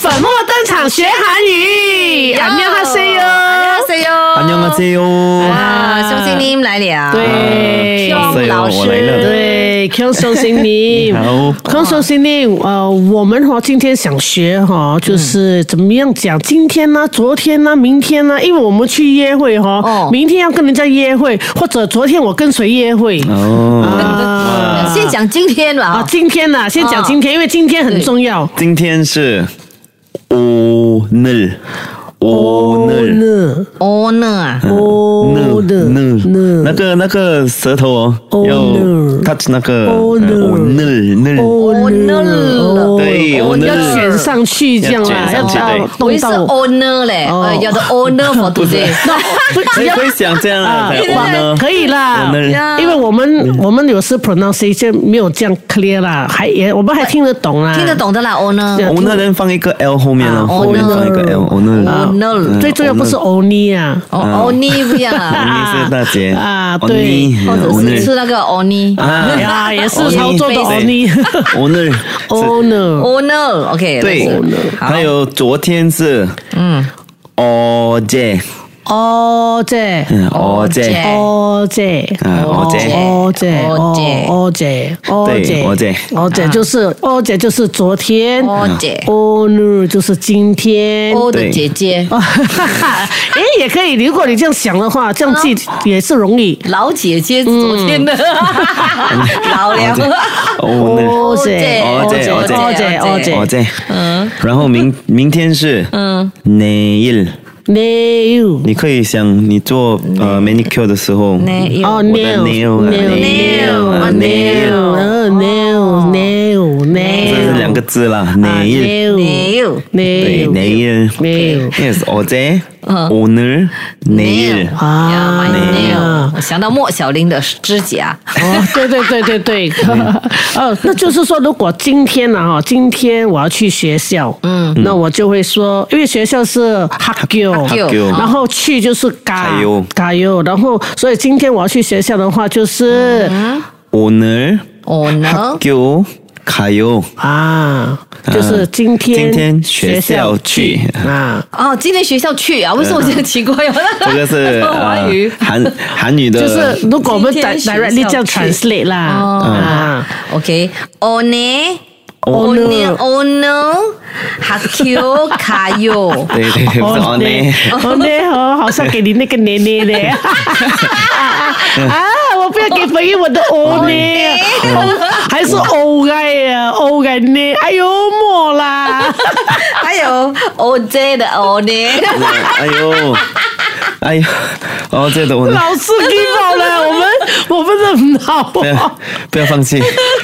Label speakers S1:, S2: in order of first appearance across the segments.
S1: 粉墨登场学韩语，안녕하세요。
S2: 안녕하세요。
S3: 啊，宋金妮来了。
S1: 对
S3: 哇
S2: 对
S3: 老师
S2: 我来啊了
S1: 对 k o n g s o s i n i
S2: 好
S1: k o n g s o s i n i 呃，我们哈今天想学哈，就是怎么样讲今天呢、昨天呢、明天呢、因为我们去约会哈
S3: 哦，
S1: 明天要跟人家约会，或者昨天我跟谁约会
S2: 哦，
S1: 啊
S3: 先讲今天
S1: 啊
S3: 吧，。
S1: 今天呐、先
S2: 啊
S1: 讲今天，因为今天很重要。
S2: 今天是오늘오늘
S1: 呢，
S3: 哦呢啊，
S1: 哦的
S2: 늘那个那个舌头哦，
S1: 오늘
S2: 要 touch 那个
S1: 오늘
S2: 呃오늘늘
S3: 哦呢了
S2: 对
S3: 哦呢
S1: 要卷上去这样啦，
S2: 要卷上去
S1: 要
S2: 对
S3: 我
S1: 动
S3: 也是
S1: 到。
S3: 哦呢嘞，呃，要的哦呢 for today。
S1: 不只
S2: 会
S1: 要
S2: 会想这样啊
S1: 啊，
S2: 才오늘
S1: 可以啦
S2: 오늘
S3: 呀，
S1: 因为我们我们有时 pronunciation 没有这样 clear 啦，还也我们还听得懂啊啦，
S3: 听得。懂的啦，哦呢。
S2: 오늘은放一个 L 后面
S3: 啊
S2: 哦，后面
S3: 오늘
S2: 放一个 L 오늘
S3: 哦呢了，
S1: 最重要不是 only 啊，
S3: 哦哦呢不一样啊，
S2: 你是大姐
S1: 啊
S2: 언
S1: 对
S2: 니
S3: 或者
S2: 오늘
S3: 是吃那个哦呢。
S2: 啊
S1: 哎呀，也是
S3: 哦
S1: 操作的
S2: 对
S1: only。
S2: 아, 오늘
S1: Oh no！
S3: 哦呢，OK。
S2: 对，还有昨天是 음.
S3: 嗯，
S2: 어제
S1: 哦，这，
S2: 嗯어제
S3: 어제
S1: 哦，这。
S2: 啊어제
S1: 哦姐，哦姐，哦姐，哦姐就是哦姐就是昨天，
S3: 哦姐，
S1: 哦呢就是今天。
S3: 哦的姐姐，
S1: 哦，哈哈，哎，也可以。如果你这样想的话，这样记也是容易。
S3: 老姐姐昨 天的，老了。
S2: 어, 오늘
S1: 哦姐，哦姐，哦姐，哦
S2: 어
S1: 姐，
S2: 제然后明明天是嗯내일 어,
S1: 没有，
S2: 你可以想你做呃 manicure 的时候
S3: 呢有
S2: 어,
S1: 哦，nail，nail，nail，nail，nail，nail，
S2: 哦这是
S1: nail，
S2: 两个字啦 아,
S1: 啊
S2: 내일
S3: 没有，
S2: 对
S1: nail，nail，
S2: 내일
S1: nail。
S2: yes 어제오늘내일 아,
S3: 呀
S1: 啊
S3: ，my nail，我想到莫小玲的啊指甲，
S1: 哦，对对对对对，
S3: 嗯
S1: 哦，那就是说，如果今天呢、啊、哈，今天我要去学校，嗯，那我就会说，因为学校是哈
S3: 학교
S1: 교，
S2: 학교
S1: 然后去就是嘎
S2: 加油
S1: 嘎油，然后所以今天我要去学校的话，就是、
S3: 嗯
S2: 오늘
S3: 哦呢，
S2: 학교 가요
S1: 啊，就是今天
S2: 呃今天学校去
S1: 啊，
S3: 哦，今天学校去啊？为什么我觉得奇怪哦？
S2: 这 个是
S3: 华
S2: 呃
S3: 语
S2: 韩韩语的，
S1: 就是如果我们
S3: 今
S1: direct
S3: 天学校
S1: directly 这样
S3: 去哦
S1: translate 啦，啊，
S3: ，OK，哦呢。哦
S1: 오늘
S3: 呢哦呢，哈 Q 卡哟，
S2: 对对对，
S1: 哦
S2: 哦呢，
S1: 哦呢，哦，好像给你那个捏捏的， 啊，我不要给朋友我的哦呢，哦还是欧该呀，欧该呢，哎呦莫 啦，
S3: 还有哦 J 的哦呢，
S2: 哎呦，哎呦，哦，这个我
S1: 老师给好了，我们我们的很好
S2: 不要不要放弃，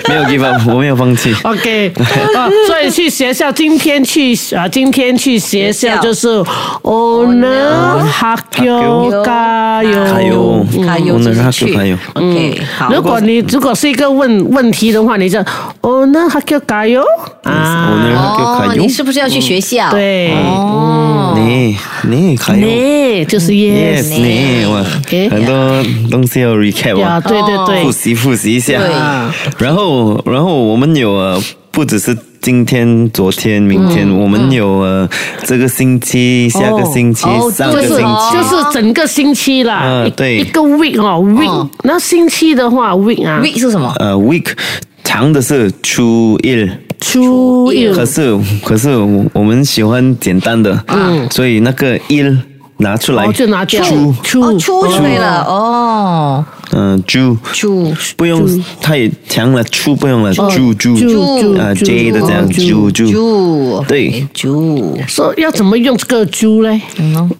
S2: 没有 give up，我没有放弃。
S1: ，OK，啊所以去学校，今天去啊，今天去学校就是哦呢，哈哟加
S2: 还有
S1: 油。
S3: 卡哟
S2: 오늘
S3: 嗯就是
S2: 학교
S3: 去
S2: 가요
S3: ，OK，好，
S1: 嗯如果你如果是一个问问题的话，你就哦呢哈哟加油
S2: 嗯
S1: 啊。
S2: 네, 오늘학교
S3: 哦
S2: 가，
S3: 你
S2: 요
S3: 是不是要去学
S2: 嗯
S3: 校？，
S1: 对，
S3: 哦，
S2: 네네가요
S1: 呢就是耶
S2: 嗯 yes 네. 呢，哇，
S1: Okay
S2: 很多东西要 recap
S1: 呀，
S2: 啊，
S1: 对对对，
S2: 复习复习一下
S3: 对。
S2: 然后，然后我们有呃，不只是今天、昨天、明天，
S1: 嗯
S2: 我们有呃，这个星期、下个星期
S3: 哦、
S2: 上
S1: 嗯就
S2: 个
S1: 是
S2: 星
S3: 哦
S2: 期，
S1: 就是整个星期啦，
S2: 嗯
S1: 一
S2: 对
S1: 一个 week 哦，week，那星期的话 week 啊
S3: w e e 是什么？
S2: 呃，week 长的是初一。
S1: ，two
S2: 可
S1: you
S2: 是，可是我我们喜欢简单的，嗯，所以那个一拿出来
S1: 哦，就拿掉
S2: 猪，
S3: 哦，
S1: two
S3: 出去了，哦，
S2: 嗯，猪
S3: 出
S2: 不用太强了，猪不用了，
S1: 哦
S2: 猪猪
S1: 猪
S2: 啊
S1: 猪
S2: ，J 的这
S1: 哦
S2: 样，猪猪。
S3: 猪，
S2: 对，
S3: 猪，
S1: 说要怎么用这个 j 嘞？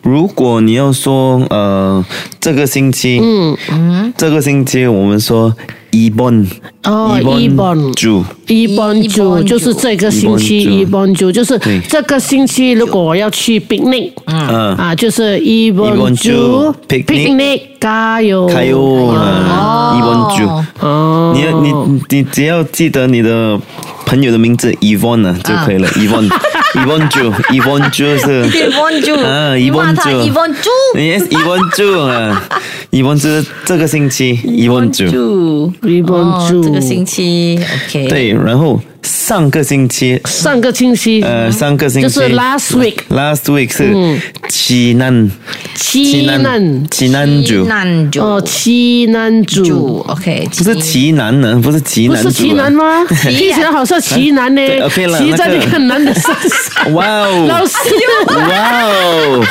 S2: 如果你要说呃，这个星期，嗯嗯，这个星期我们说一 b o n
S1: 哦，一本
S2: 住
S1: 一本组
S3: 一本
S1: 就是这个星期
S2: 一
S1: 一本组，就是
S2: 对
S1: 这个星期如果我要去 picnic，
S2: 嗯
S1: 啊，就是一本
S2: 本
S1: 组
S2: 组 picnic
S1: picnic 加油
S2: 还有
S3: 哦
S2: 啊，一本住。
S1: 哦，
S2: 你你你只要记得你的朋友的名字 Evon 呢就可以
S1: 啊
S2: 了。Evon Evon 就 Evon 就
S3: 一
S2: 是
S3: 万猪，
S2: 啊
S3: 你
S2: 一
S3: 骂
S2: 万
S3: 他
S2: 猪
S3: 一万猪，
S2: Yes Evon 就啊，Evon 就是这个星期 Evon 就
S3: 猪，
S1: 一本
S3: 哦
S1: 组
S3: 这个星期 OK，，
S2: 对，然后上个星期
S1: 上个星期
S2: 呃上个星期
S1: 就是 last week
S2: last week
S1: 嗯
S2: 是七难
S1: 七难
S2: 七难就
S3: 难猪，
S1: 哦七难组
S3: 猪 OK，
S2: 不是奇男呢，不是奇
S1: 不
S2: 男，
S1: 是奇男？吗？听起来好像奇男呢
S2: 对，，OK 了
S1: 骑在
S2: 那
S1: 那
S2: 个
S1: 个男的身 上，
S2: 哇
S1: 老
S2: 哦，
S1: 师，
S2: 哇哦，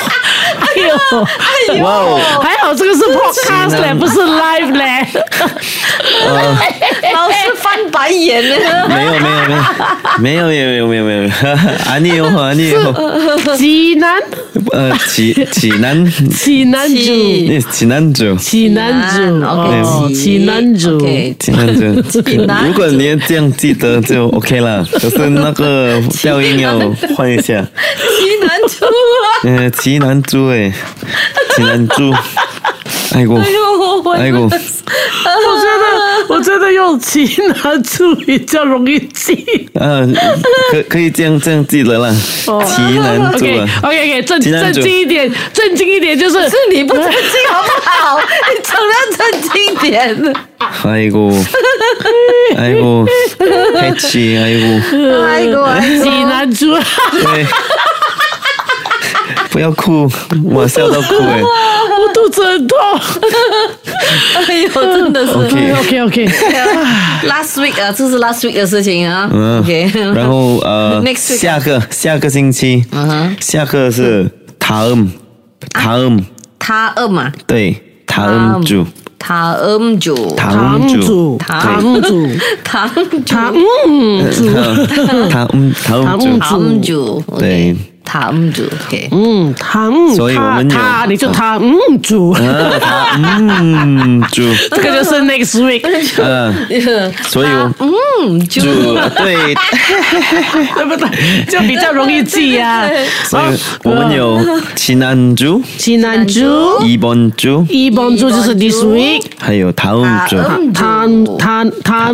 S1: 哎呦。
S2: 哇哦，
S1: 还好这个是 podcast 嘞，
S2: 呢
S1: 不是 live 嘞。
S3: 老师翻白眼了，
S2: 没有没有没有没有没有没有没有没有， 阿尼有阿尼有，
S1: 济南，
S2: 呃，奇奇 男，
S1: 济南
S3: 济
S1: 主，
S2: 那奇男主。
S1: 济南主，哦，济南主。
S3: ，OK，
S2: 奇男主，
S3: 奇男主
S2: 如果你要这样记得就 OK 了，可是那个调音要换一下。
S3: 奇男猪啊，
S2: 呃，奇男猪哎，奇男猪，哎过，
S3: 哟，我
S2: 哎 过，
S1: 我觉得，我觉得用济南主比较容易记。
S2: 呃，可可以这样这样记得啦，
S3: 哦
S2: 奇男猪
S1: OK
S2: 啊。
S1: OK OK，正
S2: 济南
S1: 正
S2: 主
S1: 经一点，正经一点就是嗯
S3: 是你不正经好不好？你承认正经点。
S2: 아이고 아이고 해치 아이고
S3: 아이고, 아이고.
S1: 济南主。我
S2: 네. 不要哭，我笑到哭哎。
S1: 肚子很痛。
S3: 哎呦，真的是。
S2: OK
S1: OK OK，
S3: Last week 啊，这是 last week 的事情啊。
S2: 嗯
S3: OK，
S2: 然后呃
S3: Next week.
S2: 下个下个星期
S3: 嗯哼。
S2: 下个是다음다음
S3: 他二嘛，
S2: 对다음주
S3: 他二主，
S2: 다
S1: 堂
S2: 음주
S1: 主，堂主，
S3: 他
S1: 堂
S3: 他
S1: 主，
S2: 嗯 다음 다
S1: 다음
S2: 음주
S1: 주.
S3: 二主，
S2: 对，
S3: 他二主，OK，
S1: 嗯，堂，
S2: 所以我
S1: 他
S2: 们有
S1: 他，你就堂主，
S2: 啊다음주
S1: 这个就是 next week。
S2: 嗯所以我
S3: 嗯，就
S2: 就对
S1: 对不对？就比较容易记呀、啊。
S2: 所以我们有奇男猪
S1: 西南猪，
S2: 이번주
S1: 一帮猪就是 this week，
S2: 还有다음주
S3: 다음
S1: 他他他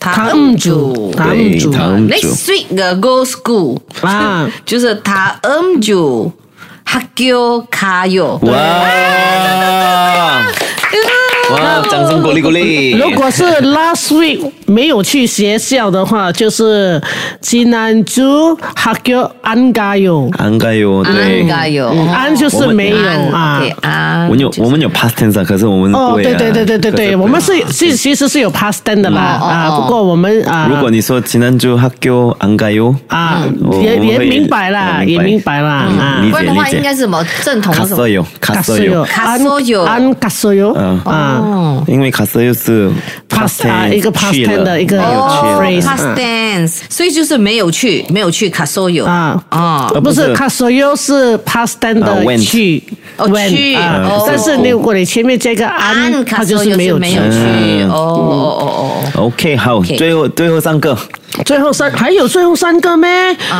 S1: 他
S3: 主
S1: 主，他
S2: 对
S1: 主
S2: 他
S3: ，next week 的 go school
S1: 啊，
S3: 就是他二主，학교가요，
S2: 哇！哇，掌声鼓励鼓励！
S1: 如果是 last week 没有去学校的话，就是西南猪哈叫安加油，
S2: 安盖哟，对
S3: 安，가요， 아,
S1: 安就是没有啊。
S3: OK，安，
S2: 我们有我们有 past tense，啊可是我们
S1: 哦，
S2: 不会
S1: 对
S2: 啊
S1: 对对对对对，我们。
S2: 可
S1: 是是其实是有 past tense 的啦
S3: 哦哦
S1: 啊，
S3: 哦
S1: 不过我们
S2: 不
S1: 啊，
S2: 会如果你说지난주학교안가요， 어,
S1: 啊
S2: 我
S1: 也
S2: 我
S1: 也
S2: 会
S1: 明白啦，
S2: 我明
S1: 也
S2: 白
S1: 明白啦啊。
S2: 理
S3: 不
S2: 解
S3: 然的话
S2: 理
S3: 应该
S2: 解。
S3: 是什么正统
S2: 卡
S3: 的什
S2: 索
S3: 么？
S2: 哟，卡索哟，
S3: 卡索有
S1: 安卡索有，
S2: 嗯
S1: 啊
S3: 哦
S2: 因为卡索哟是 past
S1: Past- 啊
S2: tense， 어,
S1: 一个 past
S2: 去了
S1: tense 的一个
S2: 没有去嗯了
S1: 哦 phrase
S3: ，past dance，所以就是没有去，没有去卡索有
S1: 啊
S3: 哦
S2: 呃
S1: 不
S2: 不是
S1: 是卡索有是 past tense
S2: 啊
S1: 的
S2: ，went
S1: 去
S3: 哦去
S1: 啊
S3: 哦
S1: 但是如果你前面加个安，
S3: 安卡
S1: 它
S3: 索
S1: 就
S3: 有
S1: 是没有
S3: 没有
S1: 去。
S3: 去
S2: 嗯
S3: 哦哦哦哦，
S2: OK，好，最后最后三个，
S1: 最后三还有最后三个咩？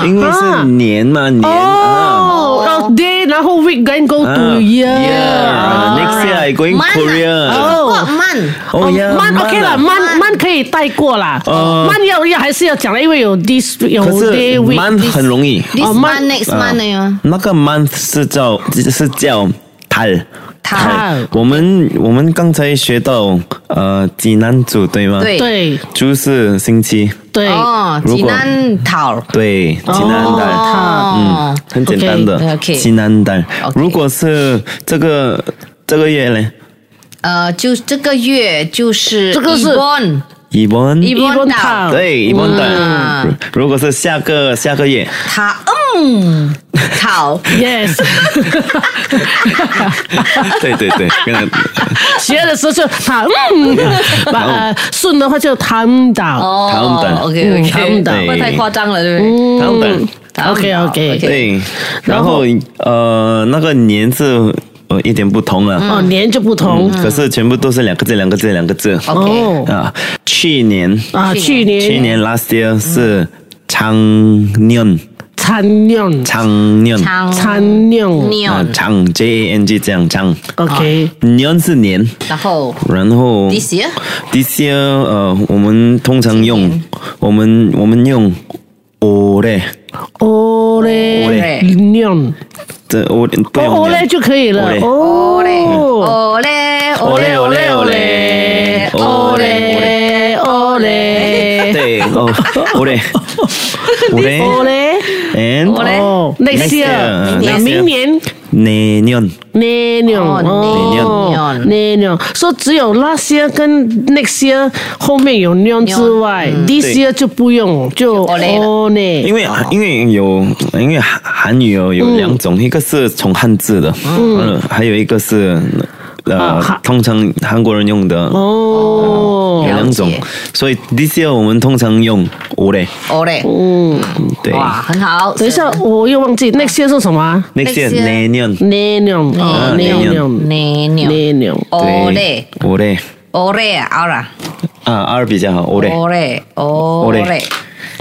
S2: 因为是
S1: 啊
S2: 年嘛，年啊。
S1: 哦，然后 day，然后 week then go to year。
S2: 아. 啊 Next year I going
S3: 慢啊
S2: Korea.
S1: 哦
S3: 哇慢，
S2: Oh yeah，
S1: 慢 OK 了，
S2: 啊
S1: 慢慢可以带过啦。
S2: 呃
S1: 慢要要还是要讲啦，因为有 this 有
S2: 可
S1: day
S2: 是
S1: week。
S2: 慢很容易。
S3: this
S1: 哦
S3: month
S1: 慢
S3: next
S2: Ah
S3: month 呢呀，
S2: 那个 month 是叫是叫 tal。
S1: tal
S2: 我们我们刚才学到呃济南组对吗？
S3: 对
S1: 对
S2: 就是星期
S1: 对。
S3: 哦，
S2: 如
S3: 济
S2: 果
S3: 南桃儿，
S2: 对济南
S1: Oh，
S3: Oh,
S2: 的。
S3: 哦，
S2: 很简单的
S3: OK，OK
S2: 济南的。
S3: OK
S2: 如果是这个这个月嘞，
S3: 呃，就这个月就是
S1: 这个是
S3: Ebon
S2: 一般
S3: 一般
S1: Ebon Town
S2: 对一般的
S3: 嗯。
S2: 如果是下个下个月，
S3: 他嗯 桃
S1: Yes，
S2: 对对对，跟
S1: 学的时候就躺， 嗯，把呃顺的话就躺倒。
S3: 哦
S2: 桃儿
S3: ，OK
S1: 桃
S3: OK，
S1: 儿
S3: 不会太夸张了，对不对？
S2: 他们等。
S3: 桃儿
S1: OK，OK
S2: 对，然
S1: 然
S2: 后
S1: 后
S2: 呃，那个年是呃一点不同啊。
S1: 哦，年就不同
S2: 可是全部都是两个字，两个字，两个字。
S3: OK，
S1: 哦
S2: 啊，去年
S1: 啊，去
S3: 去
S1: 年
S2: 去年 last year 是长年
S1: 参酿
S2: 长年
S3: 长
S1: 参酿
S2: 啊
S3: 酿，
S2: 长 J A N G 这样长
S1: ，OK，
S2: 年是年，
S3: 然后
S2: 然后
S3: this year
S2: this year 어, 呃我们通常用我们我们用 ole
S1: 哦嘞，酿
S2: 这 ole 不用
S1: 哦嘞
S2: 年
S1: 就可以了
S2: Olé
S1: 哦。
S3: 哦嘞哦嘞
S2: Olé
S3: 哦
S2: Olé
S3: 嘞哦
S2: Olé
S3: 嘞
S2: Olé
S1: 哦
S3: 哦嘞，
S1: 嘞，
S2: 对哦 ole ole
S1: 哦嘞，
S2: and
S1: 哦，next 어,
S2: Next year，
S3: 네,
S1: year，
S2: next year
S1: 明年。
S2: 年
S1: Neon
S3: 哦
S1: Neon，说 Oh, 只有 last year 跟 next year 后面有 Neon 之外，this
S2: 对
S1: year 就不用，就
S3: Olé 了
S1: o
S2: 因
S1: n
S2: 为因为有因为韩韩语有有两种，一个是从汉字的，嗯，还有一个是
S1: 啊
S2: 呃
S1: 韩，
S2: 通常韩国人用的。
S1: 어.
S2: 有
S1: 哦，
S2: 两种
S3: 了解，
S2: 所以 this year 我们通常用 ole，
S3: 哦嘞，
S1: 嗯，
S2: 对
S3: 哇，很好。
S1: 等一下我又忘记 next year 是什么啊
S2: ，next year
S3: next year
S2: 내년
S1: ？Neon 哦
S2: 嗯
S1: ，Neon
S3: 你你
S1: Neon，
S3: 哦嘞
S2: ole
S3: 哦嘞，好啦，
S2: 啊 네, 아, R 比较好 ole
S3: 哦嘞哦嘞，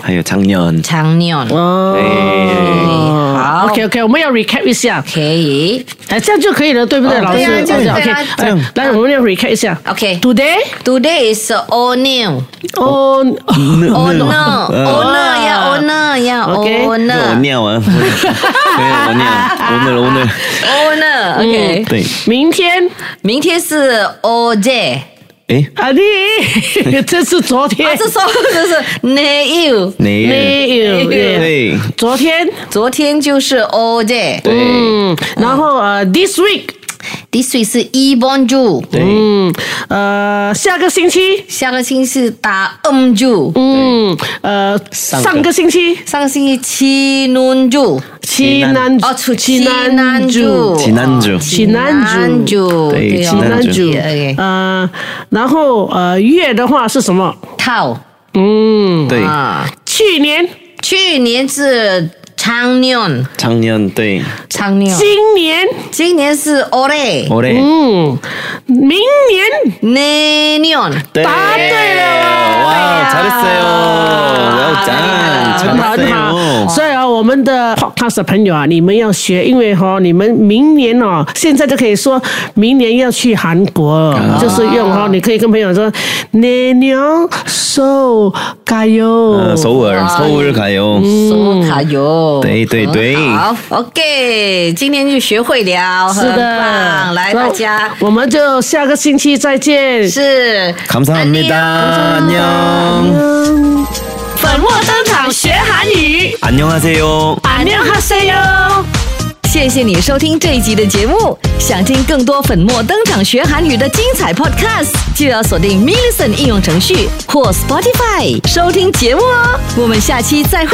S2: 还有작년 네.
S3: 长酿
S1: 哦，
S3: 好
S1: OK OK，我们要 recap 一下，
S3: 可以
S1: 哎，这样就可以了，对不对，
S2: 哦
S1: 老
S2: 对
S1: 师
S2: 啊这样
S1: 老师
S3: 对啊
S1: ？OK，
S2: 这样
S1: 哎来，我们要 recap 一下。
S3: OK。
S1: Today，
S3: Today is all new.
S1: o
S2: 哦
S3: Honor,
S1: 啊
S3: 어, honor, yeah, honor, yeah,
S1: Okay.
S2: 나
S3: honor,
S2: 어, 언니야 와 언니야 오늘 네. 오늘
S3: honor.
S1: 嗯
S3: OK，
S2: 对
S1: 明天。
S3: 明天是 all day，
S2: 诶
S1: 啊你， 这是昨天
S3: 啊，，这说这是 new，
S2: 내일 네.
S1: 没有对，
S2: 对
S1: 昨天，
S3: 昨天就是 all day，this
S2: 对
S1: 嗯，然后呃，this week，
S3: week 是 e b o n j u
S2: 对
S1: 嗯，呃，下个星期，
S3: 下个星期打 um j
S1: 嗯，呃，
S2: 上
S1: 上个星期，
S3: 上个星期七 nun j
S1: 七
S2: 南
S1: 南
S3: 哦，出
S1: 七
S3: 南
S1: 主，
S2: 七南
S3: 아,
S2: 主
S1: 七南主，
S3: 주 네, 예,
S2: 对
S3: 对
S1: 七
S2: 七
S1: 南
S2: 南
S1: 主
S2: 主，
S3: OK，
S1: 呃，然后呃，月的话是什么？
S3: 套
S1: 嗯，
S2: 对
S3: 啊，
S1: 去年，
S3: 去年是长酿，
S2: 작년 네. 对
S3: 长酿，
S1: 今年，
S3: 今年是 all day。
S2: 올해
S1: 嗯，明年，
S3: 내년
S2: 네.
S1: 다 때려요. 아.
S2: 와 잘했어요 哦 와우 짠
S1: 啊很好很好，
S2: 잘했어요
S1: 所以啊，我们的 podcast 的朋友啊，你们要学，因为哈、你们明年哦，现在就可以说明年要去韩国了，就是用哈、你可以跟朋友说，내년首加油，
S2: 아, 서울 서울 가요
S3: 说卡哟，
S2: 对对对
S3: 很好，OK，今天就学会了，
S1: 是
S3: 很
S1: 的
S3: 아, 棒，，来
S1: 所以
S3: 大家
S1: 我们就下个星期再见，
S3: 是
S2: 감사합니다 안녕
S1: 粉墨登场学韩语，
S2: 안녕하세요
S1: 안녕하세요。
S4: 谢谢你收听这一集的节目。想听更多粉墨登场学韩语的精彩 podcast，就要锁定 m i l l i c e n t 应用程序或 Spotify 收听节目哦。我们下期再会。